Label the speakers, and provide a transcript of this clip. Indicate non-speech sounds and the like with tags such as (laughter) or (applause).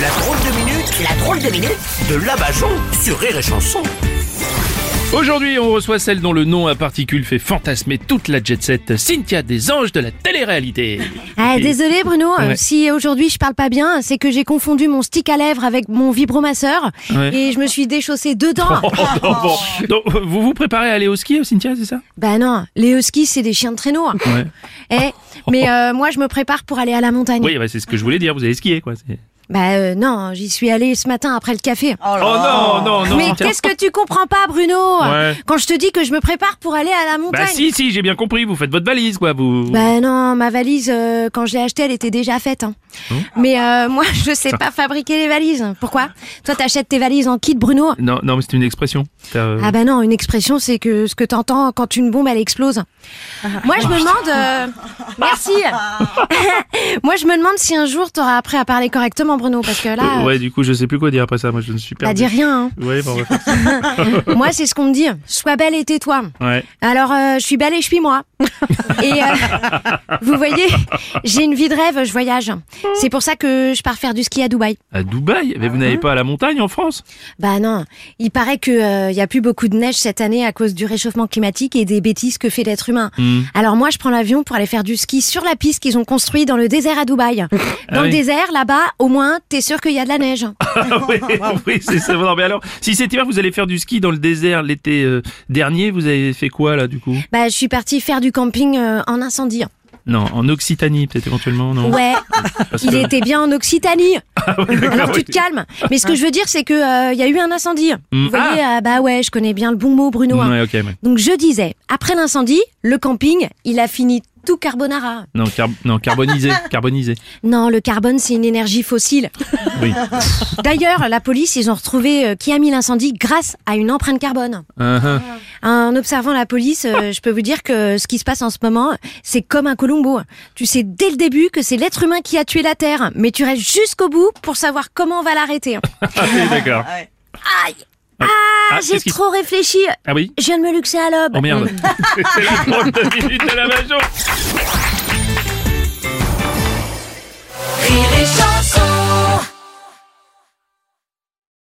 Speaker 1: La drôle de minute, la drôle de minute de Labajon sur Rire et Chanson.
Speaker 2: Aujourd'hui, on reçoit celle dont le nom à particules fait fantasmer toute la jet set, Cynthia des anges de la
Speaker 3: (laughs)
Speaker 2: télé-réalité.
Speaker 3: Ah,
Speaker 2: Et-
Speaker 3: désolé Bruno, euh,
Speaker 2: Ouais.
Speaker 3: si aujourd'hui je parle pas bien, c'est que j'ai confondu mon stick à lèvres avec mon vibromasseur
Speaker 2: Ouais.
Speaker 3: et je me suis déchaussée dedans.
Speaker 2: Oh, non, bon. Donc, vous vous préparez à aller au ski, euh, Cynthia, c'est ça
Speaker 3: Bah non, les huskies c'est des chiens
Speaker 2: (laughs)
Speaker 3: de traîneau.
Speaker 2: Ouais.
Speaker 3: Eh, mais euh, moi je me prépare pour aller à la montagne.
Speaker 2: Oui, bah, c'est ce que je voulais dire, vous allez skier, quoi. c'est-
Speaker 3: Bah euh, non, j'y suis allée ce matin après le café.
Speaker 2: Oh, non, non, non.
Speaker 3: mais
Speaker 2: Cynthia.
Speaker 3: qu'est-ce que tu comprends pas Bruno
Speaker 2: Ouais.
Speaker 3: Quand je te dis que je me prépare pour aller à la montagne.
Speaker 2: Bah si, si, j'ai bien compris, vous faites votre valise, quoi, vous...
Speaker 3: Bah non, ma valise, euh, quand je l'ai achetée, elle était déjà faite. hein. Mais euh, moi, (laughs) je sais pas fabriquer les valises. Pourquoi Toi, t'achètes tes valises en kit, Bruno
Speaker 2: Non, non, mais c'est une expression. C'est, euh,
Speaker 3: Ah bah non, une expression, c'est que ce que t'entends quand une bombe, elle explose. Moi, je me demande... euh, Merci (laughs) Moi, je me demande si un jour, t'auras appris à parler correctement, Bruno, parce que bah, là...
Speaker 2: euh, ouais, du coup, je sais plus quoi dire après ça, moi, je ne suis pas...
Speaker 3: Bah dis rien, hein.
Speaker 2: Ouais,
Speaker 3: (laughs)
Speaker 2: bah, on va faire ça.
Speaker 3: moi c'est ce qu'on me dit, sois belle et tais-toi.
Speaker 2: Ouais.
Speaker 3: Alors, euh, je suis belle et je suis moi. et euh, vous voyez, j'ai une vie de rêve, je voyage. C'est pour ça que je pars faire du ski à Dubaï.
Speaker 2: À Dubaï
Speaker 3: Ah.
Speaker 2: Mais vous n'allez pas à la montagne en France
Speaker 3: Bah non, il paraît que euh, y a plus beaucoup de neige cette année à cause du réchauffement climatique et des bêtises que fait l'être humain. Alors moi, je prends l'avion pour aller faire du ski sur la piste qu'ils ont construite dans le désert à Dubaï.
Speaker 2: (laughs)
Speaker 3: Dans le
Speaker 2: Ah oui.
Speaker 3: désert, là-bas, au moins, t'es sûr qu'il y a de la neige. hein.
Speaker 2: Ah oui, oui, c'est ça. Non, mais alors, si cet hiver vous allez faire du ski dans le désert l'été euh, dernier, vous avez fait quoi là du coup
Speaker 3: Bah, je suis partie faire du camping euh, en incendie.
Speaker 2: Non, en Occitanie peut-être éventuellement, (laughs) non
Speaker 3: Ouais,
Speaker 2: Ah. Parce
Speaker 3: il
Speaker 2: que-
Speaker 3: était bien
Speaker 2: (laughs)
Speaker 3: en Occitanie.
Speaker 2: Oui, d'accord,
Speaker 3: Alors
Speaker 2: oui.
Speaker 3: tu te calmes. Mais ce que je veux dire, c'est que euh, il y a eu un incendie.
Speaker 2: Mm.
Speaker 3: Vous voyez, ah. bah ouais, je connais bien le bon mot, Bruno. hein.
Speaker 2: Ouais, ok. ouais.
Speaker 3: Donc je disais, après l'incendie, le camping, il a fini tout carbonara.
Speaker 2: Non, car- non,
Speaker 3: (laughs)
Speaker 2: carbonisé, carbonisé.
Speaker 3: Non, le carbone, c'est une
Speaker 2: (laughs)
Speaker 3: énergie fossile.
Speaker 2: Oui.
Speaker 3: D'ailleurs, la police, ils ont retrouvé euh, qui a mis l'incendie grâce à une empreinte carbone.
Speaker 2: Ah, ah.
Speaker 3: En observant la police, euh, je peux vous dire que ce qui se passe en ce moment, c'est comme un Colombo. Tu sais dès le début que c'est l'être humain qui a tué la Terre, mais tu restes jusqu'au bout pour savoir comment on va l'arrêter.
Speaker 2: Ah oui, d'accord.
Speaker 3: Aïe Ah, j'ai
Speaker 2: qu'est-ce qui-
Speaker 3: trop réfléchi
Speaker 2: Ah oui.
Speaker 3: (laughs)
Speaker 2: (laughs)
Speaker 3: Je viens de me luxer à l'aube.
Speaker 2: Oh merde. c'est la drôle de minute de la major.